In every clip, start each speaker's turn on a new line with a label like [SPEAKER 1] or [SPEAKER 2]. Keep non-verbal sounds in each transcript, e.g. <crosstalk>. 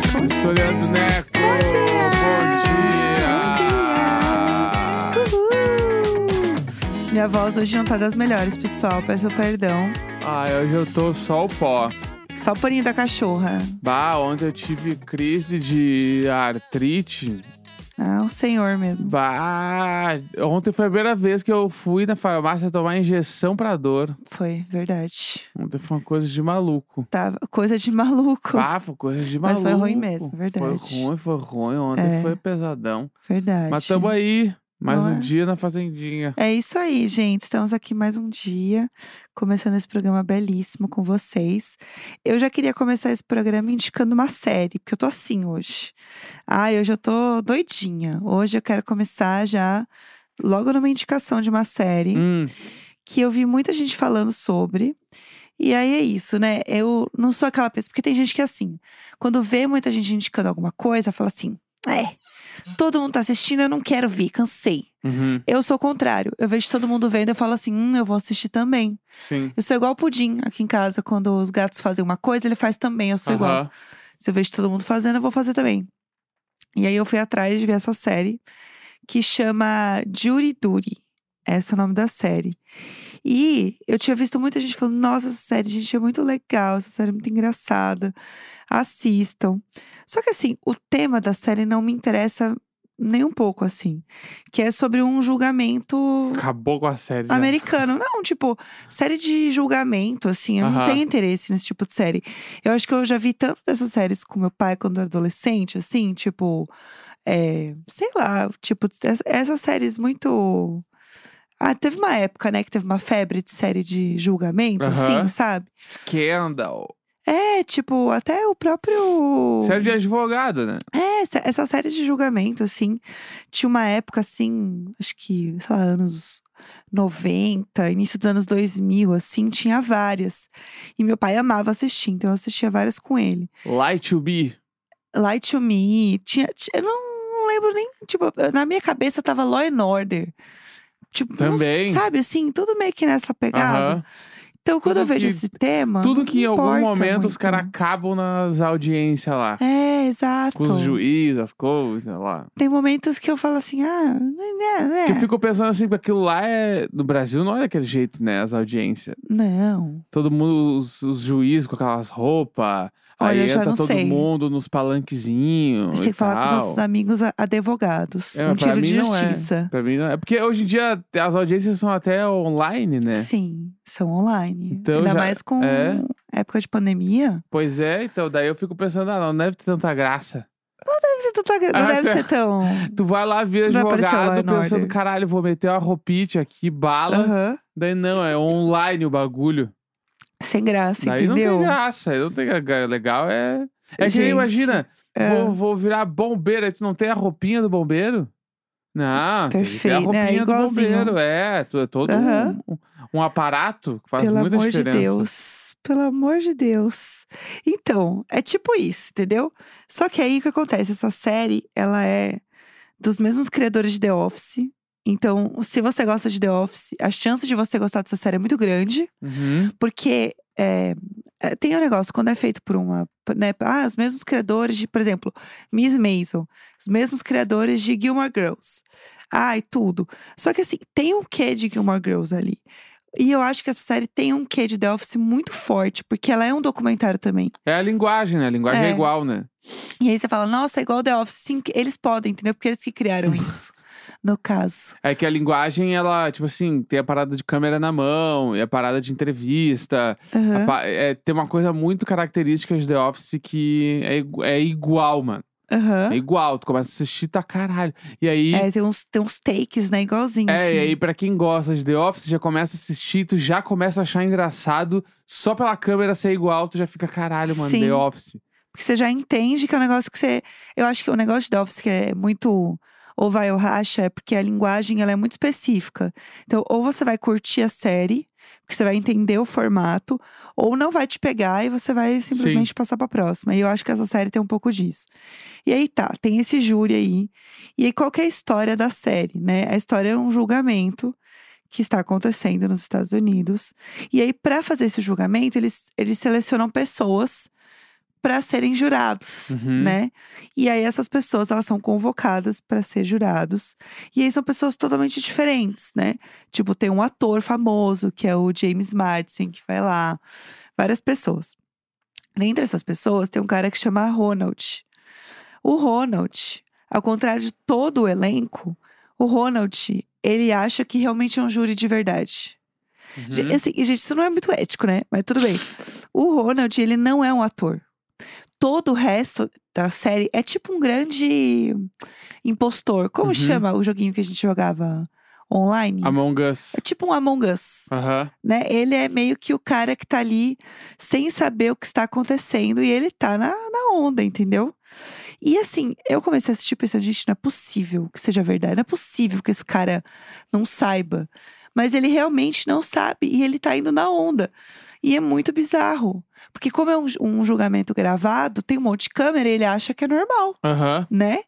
[SPEAKER 1] Olhando Neco. Bom dia.
[SPEAKER 2] Uhul. Minha voz hoje não tá das melhores, pessoal. Peço perdão.
[SPEAKER 1] Ai, hoje eu tô só o pó.
[SPEAKER 2] Só o paninho da cachorra.
[SPEAKER 1] Bah, ontem eu tive crise de artrite.
[SPEAKER 2] Ah, o senhor mesmo.
[SPEAKER 1] Bah, ontem foi a primeira vez que eu fui na farmácia tomar injeção pra dor.
[SPEAKER 2] Foi, verdade.
[SPEAKER 1] Ontem foi uma coisa de maluco.
[SPEAKER 2] Tava coisa de maluco.
[SPEAKER 1] Bah, foi coisa de
[SPEAKER 2] Mas
[SPEAKER 1] maluco.
[SPEAKER 2] foi ruim mesmo, é verdade.
[SPEAKER 1] Foi ruim, foi ruim. Ontem
[SPEAKER 2] É.
[SPEAKER 1] foi pesadão.
[SPEAKER 2] Verdade.
[SPEAKER 1] Mas tamo aí. Mais
[SPEAKER 2] Não
[SPEAKER 1] um
[SPEAKER 2] é?
[SPEAKER 1] dia na fazendinha.
[SPEAKER 2] É isso aí, gente. Estamos aqui mais um dia, começando esse programa belíssimo com vocês. Eu já queria começar esse programa indicando uma série, porque eu tô assim hoje. Ai, hoje eu tô doidinha. Hoje eu quero começar já logo numa indicação de uma série
[SPEAKER 1] Hum,
[SPEAKER 2] que eu vi muita gente falando sobre. E aí é isso, né? Eu não sou aquela pessoa. Porque tem gente que é assim, quando vê muita gente indicando alguma coisa, fala assim: é, todo mundo tá assistindo, eu não quero ver, cansei.
[SPEAKER 1] uhum,
[SPEAKER 2] Eu sou o contrário. Eu vejo todo mundo vendo, eu falo assim, hum, eu vou assistir também.
[SPEAKER 1] sim.
[SPEAKER 2] Eu sou igual o pudim aqui em casa. Quando os gatos fazem uma coisa, ele faz também. Eu sou igual.
[SPEAKER 1] Aham.
[SPEAKER 2] Se eu vejo todo mundo fazendo, eu vou fazer também. E aí eu fui atrás de ver essa série que chama Jury Duty. Esse é o nome da série. E eu tinha visto muita gente falando: nossa, essa série, gente, é muito legal, essa série é muito engraçada. Assistam. Só que assim, o tema da série não me interessa nem um pouco, assim. Que é sobre um julgamento
[SPEAKER 1] Acabou com a série. já.
[SPEAKER 2] americano. Não, tipo, série de julgamento, assim. Eu não
[SPEAKER 1] Aham.
[SPEAKER 2] tenho interesse nesse tipo de série. Eu acho que eu já vi tanto dessas séries com meu pai quando eu era adolescente, assim, tipo. é, sei lá, tipo, ess- essas séries muito. Ah, teve uma época, né, que teve uma febre de série de julgamento, assim,
[SPEAKER 1] Aham.
[SPEAKER 2] sabe?
[SPEAKER 1] Scandal.
[SPEAKER 2] É, tipo, até o próprio.
[SPEAKER 1] Série de advogado, né?
[SPEAKER 2] É, essa, essa série de julgamento, assim, tinha uma época, assim, acho que, sei lá, anos 90, início dos anos 2000, assim, tinha várias. E meu pai amava assistir, então eu assistia várias com ele.
[SPEAKER 1] Light to be.
[SPEAKER 2] Lie to Me, tinha, ti- eu não, não lembro nem, tipo, eu- na minha cabeça tava Law and Order. Tipo, não s-
[SPEAKER 1] Também.
[SPEAKER 2] sabe, assim, tudo meio que nessa pegada.
[SPEAKER 1] Aham.
[SPEAKER 2] Então, quando
[SPEAKER 1] Tudo
[SPEAKER 2] eu vejo
[SPEAKER 1] que-
[SPEAKER 2] esse tema.
[SPEAKER 1] Tudo
[SPEAKER 2] não
[SPEAKER 1] que em algum
[SPEAKER 2] importa
[SPEAKER 1] momento
[SPEAKER 2] muito.
[SPEAKER 1] os
[SPEAKER 2] né?
[SPEAKER 1] caras acabam nas audiências lá.
[SPEAKER 2] É, exato.
[SPEAKER 1] Com os juízes, as coisas lá.
[SPEAKER 2] Tem momentos que eu falo assim, ah, né, né.
[SPEAKER 1] Que eu fico pensando assim, porque aquilo lá é. No Brasil não é daquele jeito, né? As audiências.
[SPEAKER 2] Não.
[SPEAKER 1] Todo mundo, os, os juízes com aquelas roupas. Aí
[SPEAKER 2] Olha, eu já
[SPEAKER 1] entra
[SPEAKER 2] não
[SPEAKER 1] todo
[SPEAKER 2] sei.
[SPEAKER 1] mundo nos palanquezinhos.
[SPEAKER 2] A gente tem
[SPEAKER 1] e
[SPEAKER 2] que falar com os
[SPEAKER 1] tal.
[SPEAKER 2] nossos amigos a- advogados.
[SPEAKER 1] É,
[SPEAKER 2] um
[SPEAKER 1] mas pra
[SPEAKER 2] tiro de
[SPEAKER 1] mim não é.
[SPEAKER 2] justiça.
[SPEAKER 1] Pra mim não é. Porque hoje em dia as audiências são até online, né?
[SPEAKER 2] Sim, são online.
[SPEAKER 1] Então
[SPEAKER 2] Ainda
[SPEAKER 1] já-
[SPEAKER 2] mais com
[SPEAKER 1] é.
[SPEAKER 2] época de pandemia.
[SPEAKER 1] Pois é, então daí eu fico pensando, ah, não deve ter tanta graça.
[SPEAKER 2] Não deve ser tão. Não
[SPEAKER 1] Ah,
[SPEAKER 2] deve
[SPEAKER 1] tá.
[SPEAKER 2] ser
[SPEAKER 1] <laughs>
[SPEAKER 2] tão...
[SPEAKER 1] Tu vai lá, vira
[SPEAKER 2] Vai aparecer o
[SPEAKER 1] advogado,
[SPEAKER 2] Law and
[SPEAKER 1] pensando,
[SPEAKER 2] Order.
[SPEAKER 1] caralho, vou meter uma roupite aqui, bala.
[SPEAKER 2] Aham.
[SPEAKER 1] Daí não, é online o bagulho.
[SPEAKER 2] Sem graça,
[SPEAKER 1] daí
[SPEAKER 2] entendeu?
[SPEAKER 1] não tem graça, aí não tem gra- legal, é... É que
[SPEAKER 2] Gente,
[SPEAKER 1] nem imagina,
[SPEAKER 2] é.
[SPEAKER 1] vou, vou virar bombeiro, aí tu não tem a roupinha do bombeiro? Não, tem que ter a
[SPEAKER 2] Perfeito, né?
[SPEAKER 1] roupinha do
[SPEAKER 2] Igualzinho.
[SPEAKER 1] bombeiro, é, tu- é todo
[SPEAKER 2] Aham.
[SPEAKER 1] um, um aparato que faz
[SPEAKER 2] Pelo
[SPEAKER 1] muita
[SPEAKER 2] amor
[SPEAKER 1] diferença.
[SPEAKER 2] de Deus. Pelo amor de Deus. Então, é tipo isso, entendeu? Só que aí o que acontece? Essa série, ela é dos mesmos criadores de The Office. Então, se você gosta de The Office, a chance de você gostar dessa série é muito grande.
[SPEAKER 1] Uhum,
[SPEAKER 2] Porque é, é, tem um negócio, quando é feito por uma. né, ah, os mesmos criadores de, por exemplo, Miss Mason, os mesmos criadores de Gilmore Girls. Ai, tudo. Só que assim, tem um quê de Gilmore Girls ali. E eu acho que essa série tem um quê de The Office muito forte, porque ela é um documentário também.
[SPEAKER 1] É a linguagem, né? A linguagem é,
[SPEAKER 2] É.
[SPEAKER 1] igual, né?
[SPEAKER 2] E aí você fala, nossa, é igual The Office. Sim, que eles podem, entendeu? Porque eles que criaram
[SPEAKER 1] Uhum.
[SPEAKER 2] isso, no caso.
[SPEAKER 1] É que a linguagem, ela, tipo assim, tem a parada de câmera na mão, e a parada de entrevista, A
[SPEAKER 2] Aham,
[SPEAKER 1] pa- é, tem uma coisa muito característica de The Office que é, igu- é igual, mano.
[SPEAKER 2] aham.
[SPEAKER 1] É igual. Tu começa a assistir, tá caralho. E aí.
[SPEAKER 2] É, tem uns, tem uns takes, né? Igualzinho.
[SPEAKER 1] é,
[SPEAKER 2] assim.
[SPEAKER 1] e aí, pra quem gosta de The Office, já começa a assistir, tu já começa a achar engraçado. Só pela câmera ser igual, tu já fica, caralho, mano,
[SPEAKER 2] Sim.
[SPEAKER 1] The Office.
[SPEAKER 2] Porque você já entende que é um negócio que você. Eu acho que o negócio de The Office que é muito. Ou vai ou racha, é porque a linguagem ela é muito específica. Então, ou você vai curtir a série, porque você vai entender o formato, ou não vai te pegar e você vai simplesmente passar pra próxima. E eu acho que essa série tem um pouco disso. E aí tá, tem esse júri aí. E aí, qual que é a história da série, né? A história é um julgamento que está acontecendo nos Estados Unidos. E aí, para fazer esse julgamento, eles, eles selecionam pessoas para serem jurados,
[SPEAKER 1] Uhum.
[SPEAKER 2] né? E aí essas pessoas, elas são convocadas para ser jurados. E aí são pessoas totalmente diferentes, né? Tipo, tem um ator famoso, que é o James Martin, que vai lá. Várias pessoas. Dentre essas pessoas, tem um cara que chama Ronald. O Ronald, ao contrário de todo o elenco, o Ronald, ele acha que realmente é um júri de verdade. Ge-
[SPEAKER 1] Uhum.
[SPEAKER 2] Assim, e, gente, isso não é muito ético, né? Mas tudo bem. O Ronald, ele não é um ator. Todo o resto da série é tipo um grande impostor. Como
[SPEAKER 1] Uhum.
[SPEAKER 2] chama o joguinho que a gente jogava online?
[SPEAKER 1] Among Us.
[SPEAKER 2] É tipo um Among Us,
[SPEAKER 1] Aham.
[SPEAKER 2] né? Ele é meio que o cara que tá ali sem saber o que está acontecendo e ele tá na, na onda, entendeu? E assim, eu comecei a assistir pensando, gente, não é possível que seja verdade, não é possível que esse cara não saiba. Mas ele realmente não sabe e ele tá indo na onda. E é muito bizarro. Porque, como é um, ju- um julgamento gravado, tem um monte de câmera e ele acha que é normal
[SPEAKER 1] Aham.
[SPEAKER 2] né?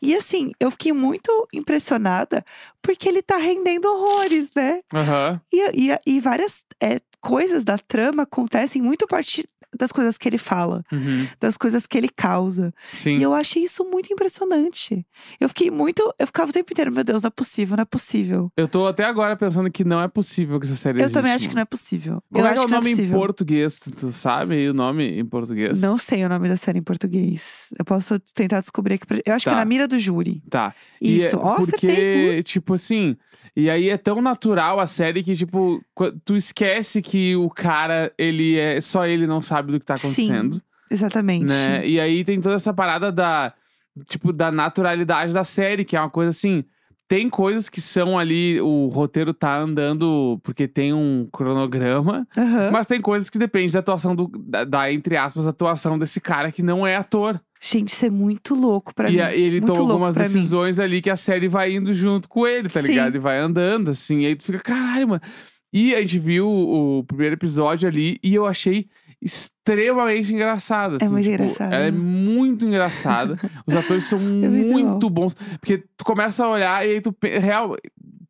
[SPEAKER 2] E assim, eu fiquei muito impressionada porque ele tá rendendo horrores, né?
[SPEAKER 1] Aham.
[SPEAKER 2] E, e, e várias é, coisas da trama acontecem muito a partir das coisas que ele fala,
[SPEAKER 1] Uhum.
[SPEAKER 2] das coisas que ele causa. E
[SPEAKER 1] Sim.
[SPEAKER 2] eu achei isso muito impressionante. Eu fiquei muito. Eu ficava o tempo inteiro, meu Deus, não é possível, não é possível.
[SPEAKER 1] Eu tô até agora pensando que não é possível que essa série
[SPEAKER 2] eu também acho
[SPEAKER 1] existe,
[SPEAKER 2] que
[SPEAKER 1] mano.
[SPEAKER 2] não é possível.
[SPEAKER 1] Como
[SPEAKER 2] eu
[SPEAKER 1] é que
[SPEAKER 2] acho
[SPEAKER 1] é o
[SPEAKER 2] que não é
[SPEAKER 1] nome em
[SPEAKER 2] possível.
[SPEAKER 1] português? Tu- Tu sabe o nome em português?
[SPEAKER 2] Não sei o nome da série em português. Eu posso tentar descobrir aqui. pra- Eu acho que
[SPEAKER 1] Tá.
[SPEAKER 2] é na mira do júri.
[SPEAKER 1] Tá. E
[SPEAKER 2] Isso.
[SPEAKER 1] é-
[SPEAKER 2] Ó,
[SPEAKER 1] porque,
[SPEAKER 2] acertei. Uh,
[SPEAKER 1] tipo assim, e aí é tão natural a série que, tipo, qu- tu esquece que o cara, ele é. Só ele não sabe do que tá
[SPEAKER 2] Sim,
[SPEAKER 1] acontecendo.
[SPEAKER 2] Exatamente.
[SPEAKER 1] né? E aí tem toda essa parada da, tipo, da naturalidade da série, que é uma coisa assim. Tem coisas que são ali, o roteiro tá andando porque tem um cronograma,
[SPEAKER 2] Aham.
[SPEAKER 1] mas tem coisas que depende da atuação do, da, da, entre aspas, atuação desse cara que não é ator.
[SPEAKER 2] Gente, isso é muito louco pra
[SPEAKER 1] e
[SPEAKER 2] mim.
[SPEAKER 1] a- ele
[SPEAKER 2] muito
[SPEAKER 1] toma
[SPEAKER 2] louco
[SPEAKER 1] algumas
[SPEAKER 2] pra mim.
[SPEAKER 1] decisões ali que a série vai indo junto com ele, tá
[SPEAKER 2] Sim.
[SPEAKER 1] ligado? E vai andando, assim. E aí tu fica, caralho, mano. E a gente viu o primeiro episódio ali e eu achei extremamente engraçado. assim,
[SPEAKER 2] muito
[SPEAKER 1] tipo,
[SPEAKER 2] engraçado. né? É
[SPEAKER 1] Ela é muito engraçada. Os atores
[SPEAKER 2] <laughs>
[SPEAKER 1] são
[SPEAKER 2] muito
[SPEAKER 1] muito bons. Porque tu começa a olhar e aí tu. pe- Real,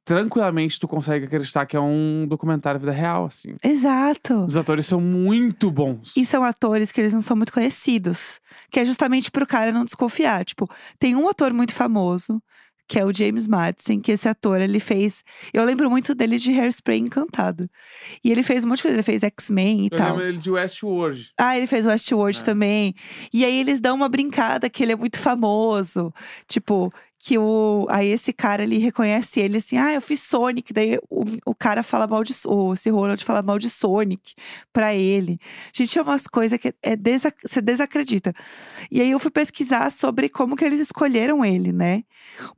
[SPEAKER 1] tranquilamente tu consegue acreditar que é um documentário da vida real, assim.
[SPEAKER 2] Exato.
[SPEAKER 1] Os atores são muito bons.
[SPEAKER 2] E são atores que eles não são muito conhecidos. Que é justamente pro cara não desconfiar. Tipo, tem um ator muito famoso, que é o James Madison, que esse ator, ele fez. Eu lembro muito dele de Hairspray Encantado. E ele fez um monte de coisa, ele fez X-Men e
[SPEAKER 1] eu
[SPEAKER 2] tal.
[SPEAKER 1] lembro ele de Westworld.
[SPEAKER 2] Ah, ele fez Westworld
[SPEAKER 1] É.
[SPEAKER 2] também. E aí eles dão uma brincada que ele é muito famoso. Tipo, que o. Aí esse cara ali reconhece ele assim: ah, eu fiz Sonic. Daí o, o cara fala mal de. O, esse Ronald fala mal de Sonic pra ele. Gente, é umas coisas que é desa- você desacredita. E aí eu fui pesquisar sobre como que eles escolheram ele, né?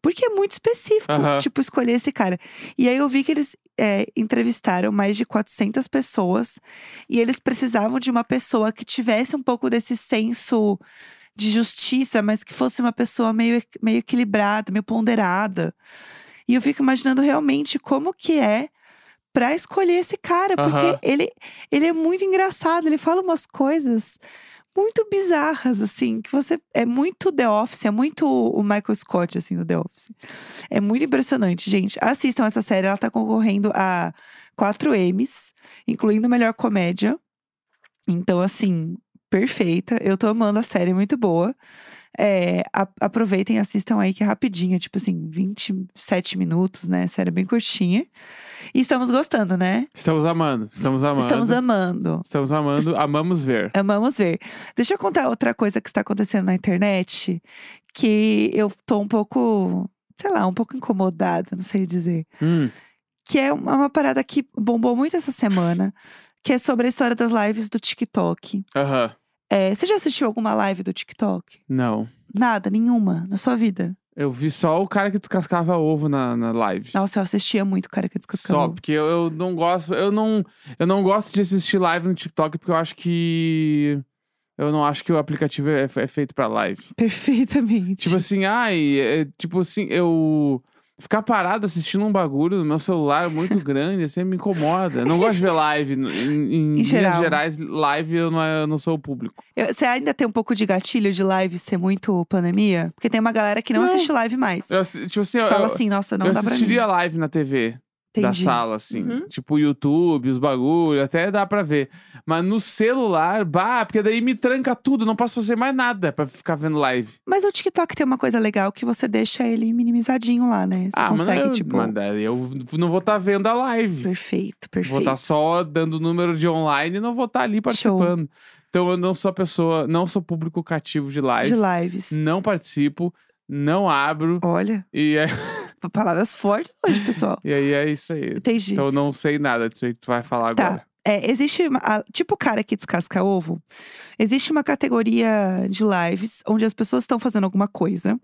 [SPEAKER 2] Porque é muito específico,
[SPEAKER 1] Aham.
[SPEAKER 2] tipo, escolher esse cara. E aí eu vi que eles é, entrevistaram mais de 400 pessoas e eles precisavam de uma pessoa que tivesse um pouco desse senso de justiça, mas que fosse uma pessoa meio, equ- meio equilibrada, meio ponderada. E eu fico imaginando realmente como que é pra escolher esse cara,
[SPEAKER 1] Aham.
[SPEAKER 2] porque ele, ele é muito engraçado, ele fala umas coisas muito bizarras, assim, que você. É muito The Office, é muito o Michael Scott, assim, do The Office. É muito impressionante, gente. Assistam essa série, ela tá concorrendo a quatro M's, incluindo melhor comédia. Então, assim, perfeita. Eu tô amando a série, é muito boa. É, a- aproveitem e assistam aí, que é rapidinho, tipo assim, 27 minutos, né? Série bem curtinha. E estamos gostando, né?
[SPEAKER 1] Estamos amando, estamos amando.
[SPEAKER 2] Estamos amando.
[SPEAKER 1] Estamos amando, amamos ver.
[SPEAKER 2] Amamos ver. Deixa eu contar outra coisa que está acontecendo na internet, que eu tô um pouco, sei lá, um pouco incomodada, não sei dizer.
[SPEAKER 1] Hum,
[SPEAKER 2] Que é uma uma parada que bombou muito essa semana, que é sobre a história das lives do TikTok.
[SPEAKER 1] aham.
[SPEAKER 2] É, você já assistiu alguma live do TikTok?
[SPEAKER 1] Não.
[SPEAKER 2] Nada, nenhuma, na sua vida.
[SPEAKER 1] Eu vi só o cara que descascava ovo na, na live.
[SPEAKER 2] Nossa, eu assistia muito, cara, que
[SPEAKER 1] Só,
[SPEAKER 2] descascava.
[SPEAKER 1] porque eu, eu não gosto, eu não, eu não gosto de assistir live no TikTok porque eu acho que eu não acho que o aplicativo é, é feito pra live.
[SPEAKER 2] <laughs> Perfeitamente.
[SPEAKER 1] Tipo assim, ai, é, tipo assim, eu ficar parado assistindo um bagulho no meu celular muito <laughs> grande, assim, me incomoda. Eu não gosto de ver live No- em, em Minas
[SPEAKER 2] geral.
[SPEAKER 1] Gerais, live eu não, é, eu não sou o público.
[SPEAKER 2] Eu- Você ainda tem um pouco de gatilho de live ser muito pandemia? Porque tem uma galera que não,
[SPEAKER 1] Não.
[SPEAKER 2] assiste live mais.
[SPEAKER 1] Eu assi- tipo assim,
[SPEAKER 2] Que
[SPEAKER 1] eu,
[SPEAKER 2] fala
[SPEAKER 1] eu-
[SPEAKER 2] assim, nossa, não
[SPEAKER 1] eu
[SPEAKER 2] dá pra mim.
[SPEAKER 1] assistiria live na TV. da
[SPEAKER 2] Entendi.
[SPEAKER 1] sala, assim.
[SPEAKER 2] Uhum.
[SPEAKER 1] Tipo, YouTube, os bagulho, até dá pra ver. Mas no celular, bah, porque daí me tranca tudo, não posso fazer mais nada pra ficar vendo live.
[SPEAKER 2] Mas o TikTok tem uma coisa legal que você deixa ele minimizadinho lá, né? Você
[SPEAKER 1] ah, mas
[SPEAKER 2] consegue,
[SPEAKER 1] eu,
[SPEAKER 2] tipo.
[SPEAKER 1] mas daí eu não vou estar vendo a live.
[SPEAKER 2] Perfeito,
[SPEAKER 1] Vou
[SPEAKER 2] perfeito.
[SPEAKER 1] estar só dando número de online e não vou estar ali participando. Então eu não sou a pessoa, não sou público cativo de live.
[SPEAKER 2] De lives.
[SPEAKER 1] Não participo, não abro.
[SPEAKER 2] Olha,
[SPEAKER 1] E, é,
[SPEAKER 2] palavras fortes hoje, pessoal.
[SPEAKER 1] e aí é isso aí.
[SPEAKER 2] Entendi.
[SPEAKER 1] <laughs> Então eu não sei nada disso aí que tu vai falar
[SPEAKER 2] Tá.
[SPEAKER 1] agora.
[SPEAKER 2] É, existe, uma- a- tipo o cara que descasca ovo, existe uma categoria de lives onde as pessoas estão fazendo alguma coisa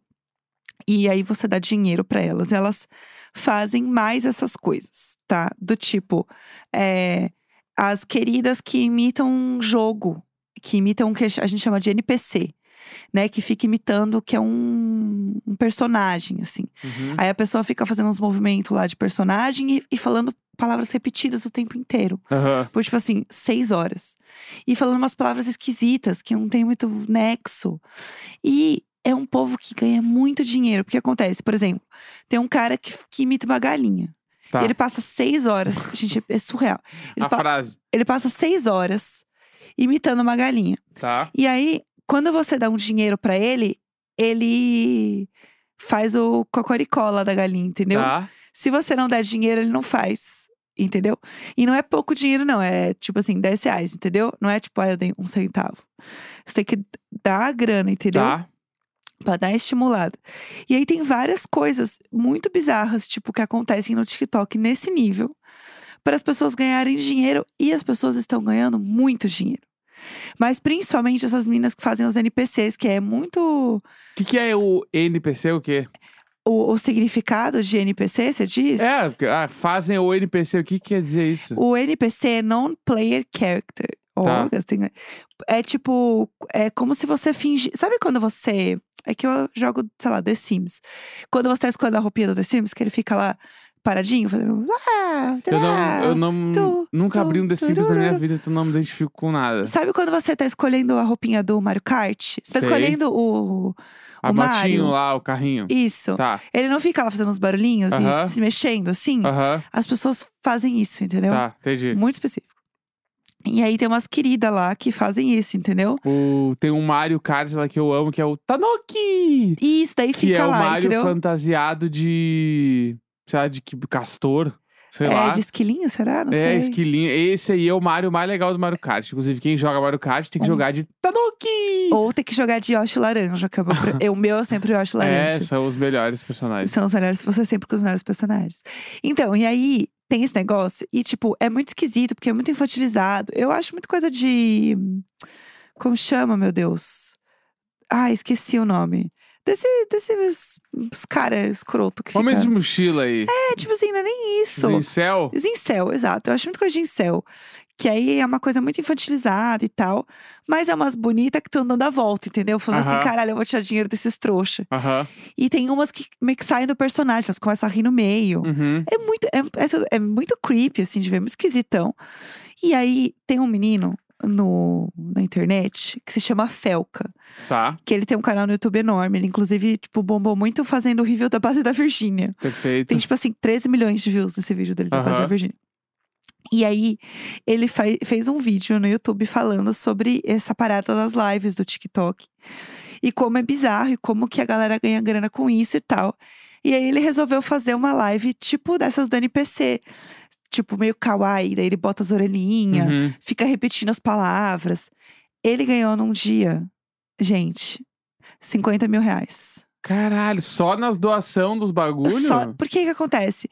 [SPEAKER 2] e aí você dá dinheiro pra elas. Elas fazem mais essas coisas, tá? Do tipo, é, as queridas que imitam um jogo, que imitam o que a gente chama de NPC, né? Que fica imitando que é um- um personagem, assim.
[SPEAKER 1] Uhum.
[SPEAKER 2] Aí a pessoa fica fazendo uns movimentos lá de personagem e, e falando palavras repetidas o tempo inteiro.
[SPEAKER 1] Aham.
[SPEAKER 2] Por, tipo assim, seis horas. E falando umas palavras esquisitas, que não tem muito nexo. E é um povo que ganha muito dinheiro. Porque acontece, por exemplo, tem um cara que, que imita uma galinha.
[SPEAKER 1] Tá.
[SPEAKER 2] E ele passa seis horas. Gente, é- é surreal. Ele,
[SPEAKER 1] A
[SPEAKER 2] pa-
[SPEAKER 1] frase.
[SPEAKER 2] ele passa seis horas imitando uma galinha.
[SPEAKER 1] Tá.
[SPEAKER 2] E aí, quando você dá um dinheiro pra ele, ele faz o cocoricola da galinha, entendeu?
[SPEAKER 1] Tá.
[SPEAKER 2] Se você não der dinheiro, ele não faz. Entendeu? E não é pouco dinheiro, não. É tipo assim, 10 reais, entendeu? Não é tipo, ah, eu dei um centavo. Você tem que dar a grana, entendeu?
[SPEAKER 1] Tá.
[SPEAKER 2] Pra dar estimulado. E aí tem várias coisas muito bizarras, tipo, que acontecem no TikTok nesse nível, para as pessoas ganharem dinheiro e as pessoas estão ganhando muito dinheiro. Mas principalmente essas meninas que fazem os NPCs, que é muito.
[SPEAKER 1] O que, que é o NPC? O quê?
[SPEAKER 2] O, o significado de NPC, você diz?
[SPEAKER 1] É, porque, ah, fazem o NPC. O que, que quer dizer isso?
[SPEAKER 2] O NPC é Non-Player Character. Ó,
[SPEAKER 1] Tá.
[SPEAKER 2] gastei- É tipo, é como se você fingir. Sabe quando você. É que eu jogo, sei lá, The Sims. Quando você tá escolhendo a roupinha do The Sims, que ele fica lá paradinho, fazendo. Ah,
[SPEAKER 1] Eu não,
[SPEAKER 2] tará.
[SPEAKER 1] eu não
[SPEAKER 2] tu,
[SPEAKER 1] nunca
[SPEAKER 2] tu,
[SPEAKER 1] abri um The Sims na minha
[SPEAKER 2] tururu.
[SPEAKER 1] vida, então não me identifico com nada.
[SPEAKER 2] Sabe quando você tá escolhendo a roupinha do Mario Kart? Você tá
[SPEAKER 1] Sei.
[SPEAKER 2] escolhendo o.
[SPEAKER 1] A
[SPEAKER 2] o
[SPEAKER 1] motinho
[SPEAKER 2] Mario. assim,
[SPEAKER 1] lá, o carrinho.
[SPEAKER 2] Isso.
[SPEAKER 1] Tá.
[SPEAKER 2] Ele não fica lá fazendo uns barulhinhos
[SPEAKER 1] Aham.
[SPEAKER 2] e se mexendo assim?
[SPEAKER 1] Aham.
[SPEAKER 2] As pessoas fazem isso, entendeu?
[SPEAKER 1] Tá, entendi.
[SPEAKER 2] Muito específico. E aí tem umas queridas lá que fazem isso, entendeu? Hum.
[SPEAKER 1] O, tem um Mario Kart lá que eu amo, que é o Tanuki!
[SPEAKER 2] E isso daí
[SPEAKER 1] Que
[SPEAKER 2] fica
[SPEAKER 1] é o
[SPEAKER 2] lá,
[SPEAKER 1] Mario
[SPEAKER 2] entendeu?
[SPEAKER 1] fantasiado de. Sei lá, de que castor. Sei
[SPEAKER 2] é
[SPEAKER 1] lá.
[SPEAKER 2] de esquilinho, será? Não
[SPEAKER 1] é,
[SPEAKER 2] sei.
[SPEAKER 1] esquilinho. Esse aí é o Mario mais legal do Mario Kart. Inclusive, quem joga Mario Kart tem que
[SPEAKER 2] Um-
[SPEAKER 1] jogar de Tanuki!
[SPEAKER 2] Ou tem que jogar de Yoshi laranja, que é o meu,
[SPEAKER 1] <laughs>
[SPEAKER 2] pre- é o meu eu sempre Yoshi
[SPEAKER 1] É,
[SPEAKER 2] laranja.
[SPEAKER 1] são os melhores personagens.
[SPEAKER 2] São os melhores, você sempre com os melhores personagens. Então, e aí tem esse negócio, e tipo, é muito esquisito, porque é muito infantilizado. Eu acho muito coisa de. Como chama, meu Deus? Ah, esqueci o nome. Desse, desses cara escroto que
[SPEAKER 1] Homem de
[SPEAKER 2] fica...
[SPEAKER 1] mochila aí.
[SPEAKER 2] É, tipo assim, não é nem isso.
[SPEAKER 1] Os Incel.
[SPEAKER 2] Zincel, exato. Eu acho muito coisa de incel. Que aí é uma coisa muito infantilizada e tal. Mas é umas bonitas que estão dando a volta, entendeu? Falando
[SPEAKER 1] Aham.
[SPEAKER 2] assim, caralho, eu vou tirar dinheiro desses trouxa.
[SPEAKER 1] Aham.
[SPEAKER 2] E tem umas que meio que saem do personagem, elas começam a rir no meio.
[SPEAKER 1] Uhum.
[SPEAKER 2] É muito, é, é tudo- é muito creepy, assim, de ver, muito esquisitão. E aí tem um menino no, na internet que se chama Felca.
[SPEAKER 1] Tá,
[SPEAKER 2] Que ele tem um canal no YouTube enorme. Ele, inclusive, tipo, bombou muito fazendo o review da base da Virgínia.
[SPEAKER 1] perfeito.
[SPEAKER 2] Tem, tipo assim, 13 milhões de views nesse vídeo dele da Base
[SPEAKER 1] Aham.
[SPEAKER 2] da Virgínia. E aí, ele fa- fez um vídeo no YouTube falando sobre essa parada das lives do TikTok. E como é bizarro, e como que a galera ganha grana com isso e tal. E aí, ele resolveu fazer uma live, tipo, dessas do NPC. Tipo, meio kawaii, daí ele bota as orelhinhas,
[SPEAKER 1] Uhum.
[SPEAKER 2] fica repetindo as palavras. Ele ganhou num dia, gente, 50 mil reais.
[SPEAKER 1] Caralho, só nas doação dos bagulhos?
[SPEAKER 2] Só, por que que acontece?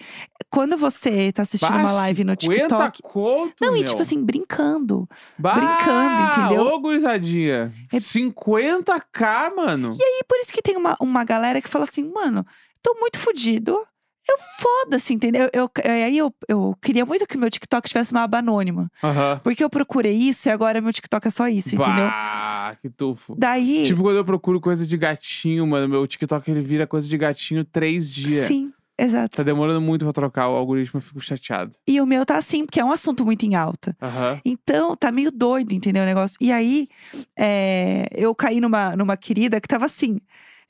[SPEAKER 2] Quando você tá assistindo uma live no TikTok.
[SPEAKER 1] Conto,
[SPEAKER 2] Não,
[SPEAKER 1] meu.
[SPEAKER 2] e tipo assim, brincando.
[SPEAKER 1] Bah,
[SPEAKER 2] brincando, entendeu?
[SPEAKER 1] Ô, gurizadinha.
[SPEAKER 2] É-
[SPEAKER 1] 50k, mano. E aí?
[SPEAKER 2] E por isso que tem uma, uma galera que fala assim, mano, tô muito fudido. Eu foda-se, entendeu? Eu, eu- aí eu, eu queria muito que o meu TikTok tivesse uma aba anônima.
[SPEAKER 1] Aham.
[SPEAKER 2] Porque eu procurei isso e agora meu TikTok é só isso, entendeu?
[SPEAKER 1] Bah, que tufo.
[SPEAKER 2] Daí.
[SPEAKER 1] Tipo quando eu procuro coisa de gatinho, mano. Meu TikTok ele vira coisa de gatinho três dias.
[SPEAKER 2] Sim, exato.
[SPEAKER 1] Tá demorando muito pra trocar o algoritmo, eu fico chateado.
[SPEAKER 2] E o meu tá assim, porque é um assunto muito em alta.
[SPEAKER 1] Aham.
[SPEAKER 2] Então, tá meio doido, entendeu? O negócio. E aí, é, eu caí numa, numa querida que tava assim: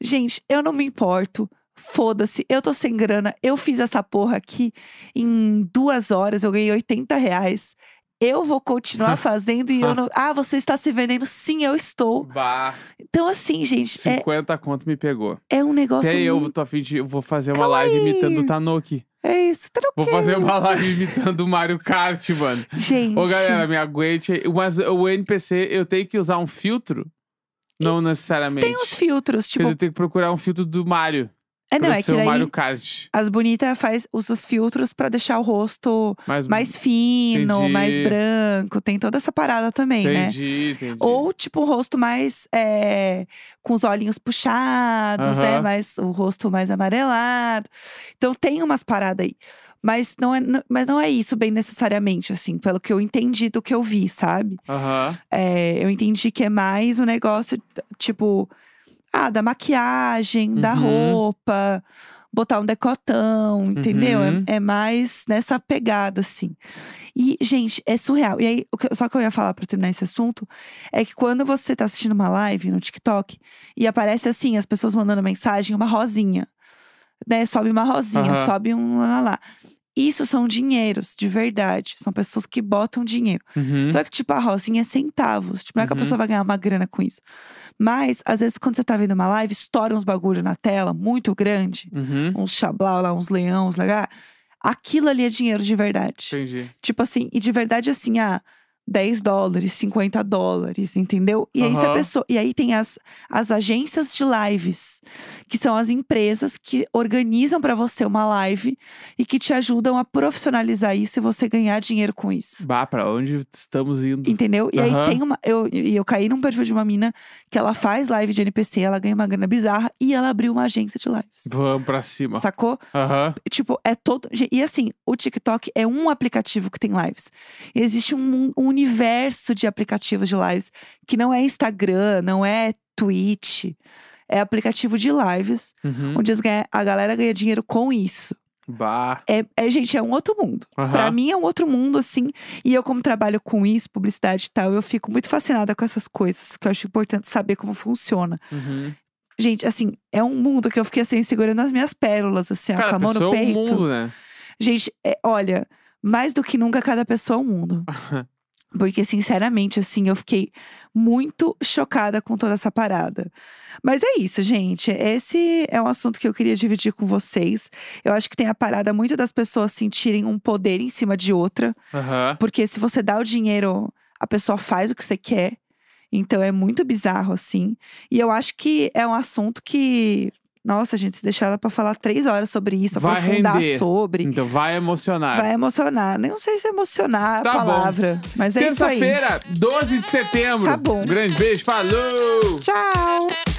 [SPEAKER 2] gente, eu não me importo. Foda-se, eu tô sem grana. Eu fiz essa porra aqui em duas horas, eu ganhei 80 reais. Eu vou
[SPEAKER 1] <laughs>
[SPEAKER 2] continuar fazendo e eu não. Ah, você está se vendendo? Sim, eu estou.
[SPEAKER 1] Bah,
[SPEAKER 2] Então, assim, gente, é,
[SPEAKER 1] 50 conto me pegou.
[SPEAKER 2] é um negócio.
[SPEAKER 1] Até eu
[SPEAKER 2] muito-
[SPEAKER 1] tô a fim de. eu Vou fazer uma
[SPEAKER 2] Calma
[SPEAKER 1] live
[SPEAKER 2] aí.
[SPEAKER 1] imitando o Tanuki.
[SPEAKER 2] É isso, troquei.
[SPEAKER 1] Vou fazer uma live imitando o Mario Kart, mano.
[SPEAKER 2] Gente.
[SPEAKER 1] Ô, galera, me aguente. aí. Mas o NPC, eu tenho que usar um filtro? Não necessariamente.
[SPEAKER 2] Tem uns filtros, tipo.
[SPEAKER 1] Eu tenho que procurar um filtro do Mario.
[SPEAKER 2] É, não, é
[SPEAKER 1] pra
[SPEAKER 2] que
[SPEAKER 1] ser o
[SPEAKER 2] daí
[SPEAKER 1] Mario Kart.
[SPEAKER 2] as bonitas faz, usa os filtros pra deixar o rosto
[SPEAKER 1] Mas,
[SPEAKER 2] mais fino,
[SPEAKER 1] Hum, Entendi.
[SPEAKER 2] mais branco. Tem toda essa parada também,
[SPEAKER 1] entendi,
[SPEAKER 2] né?
[SPEAKER 1] entendi, entendi.
[SPEAKER 2] Ou, tipo, um rosto mais. é, com os olhinhos puxados, né?
[SPEAKER 1] Aham.
[SPEAKER 2] Mais, o rosto mais amarelado. Então, tem umas paradas aí. Mas não, é, não- mas não é isso bem necessariamente, assim, pelo que eu entendi do que eu vi, sabe?
[SPEAKER 1] Aham.
[SPEAKER 2] É, eu entendi que é mais um negócio, tipo, ah, da maquiagem, da
[SPEAKER 1] Uhum.
[SPEAKER 2] roupa, botar um decotão, entendeu? É-
[SPEAKER 1] Uhum.
[SPEAKER 2] É, mais nessa pegada, assim. E, gente, é surreal. E aí, o que- só que eu ia falar pra terminar esse assunto, é que quando você tá assistindo uma live no TikTok e aparece assim, as pessoas mandando mensagem, uma rosinha. Né? Sobe uma rosinha,
[SPEAKER 1] Aham.
[SPEAKER 2] sobe um lá, lá, lá. Isso são dinheiros, de verdade. São pessoas que botam dinheiro.
[SPEAKER 1] Uhum.
[SPEAKER 2] Só que, tipo, a rosinha é centavos. Tipo, não é que a
[SPEAKER 1] Uhum.
[SPEAKER 2] pessoa vai ganhar uma grana com isso. Mas, às vezes, quando você tá vendo uma live, estoura uns bagulho na tela muito grande.
[SPEAKER 1] Uhum.
[SPEAKER 2] Uns xablau lá, uns leão, uns legal. Aquilo ali é dinheiro de verdade.
[SPEAKER 1] Entendi.
[SPEAKER 2] Tipo assim, e de verdade assim, ah, 10 dólares, 50 dólares, entendeu? E aí se a
[SPEAKER 1] Aham.
[SPEAKER 2] pessoa. E aí tem as, as agências de lives, que são as empresas que organizam pra você uma live e que te ajudam a profissionalizar isso e você ganhar dinheiro com isso.
[SPEAKER 1] Bah, pra onde estamos indo?
[SPEAKER 2] Entendeu? E aí
[SPEAKER 1] Aham.
[SPEAKER 2] tem uma. Eu, e eu caí num perfil de uma mina que ela faz live de NPC, ela ganha uma grana bizarra e ela abriu uma agência de lives.
[SPEAKER 1] Vamos pra cima.
[SPEAKER 2] Sacou?
[SPEAKER 1] Aham.
[SPEAKER 2] Tipo, é todo. ge- E assim, o TikTok é um aplicativo que tem lives. Existe um, mun- um universo de aplicativos de lives que não é Instagram, não é Twitch. É aplicativo de lives,
[SPEAKER 1] Uhum.
[SPEAKER 2] onde as ganha- a galera ganha dinheiro com isso.
[SPEAKER 1] Bah.
[SPEAKER 2] É, é, gente, é um outro mundo.
[SPEAKER 1] Aham.
[SPEAKER 2] Pra mim é um outro mundo, assim. E eu, como trabalho com isso, publicidade e tal, eu fico muito fascinada com essas coisas, que eu acho importante saber como funciona.
[SPEAKER 1] Uhum.
[SPEAKER 2] Gente, assim, é um mundo que eu fiquei assim, segurando as minhas pérolas, assim, ó,
[SPEAKER 1] Cara,
[SPEAKER 2] com a
[SPEAKER 1] a
[SPEAKER 2] mão no
[SPEAKER 1] pessoa é um
[SPEAKER 2] peito.
[SPEAKER 1] mundo, né?
[SPEAKER 2] Gente, é- olha, mais do que nunca, cada pessoa é um mundo. Porque, sinceramente, assim, eu fiquei muito chocada com toda essa parada. Mas é isso, gente. Esse é um assunto que eu queria dividir com vocês. Eu acho que tem a parada muito das pessoas sentirem um poder em cima de outra.
[SPEAKER 1] Aham.
[SPEAKER 2] Porque se você dá o dinheiro, a pessoa faz o que você quer. Então é muito bizarro, assim. E eu acho que é um assunto que. Nossa, gente, se deixar ela pra falar três horas sobre isso,
[SPEAKER 1] Vai
[SPEAKER 2] aprofundar
[SPEAKER 1] render.
[SPEAKER 2] sobre.
[SPEAKER 1] Então vai emocionar.
[SPEAKER 2] Vai emocionar. Não sei se emocionar
[SPEAKER 1] Tá
[SPEAKER 2] a
[SPEAKER 1] bom.
[SPEAKER 2] palavra, mas é isso aí.
[SPEAKER 1] Terça-feira, 12 de setembro.
[SPEAKER 2] Tá bom.
[SPEAKER 1] Um grande beijo, falou!
[SPEAKER 2] Tchau!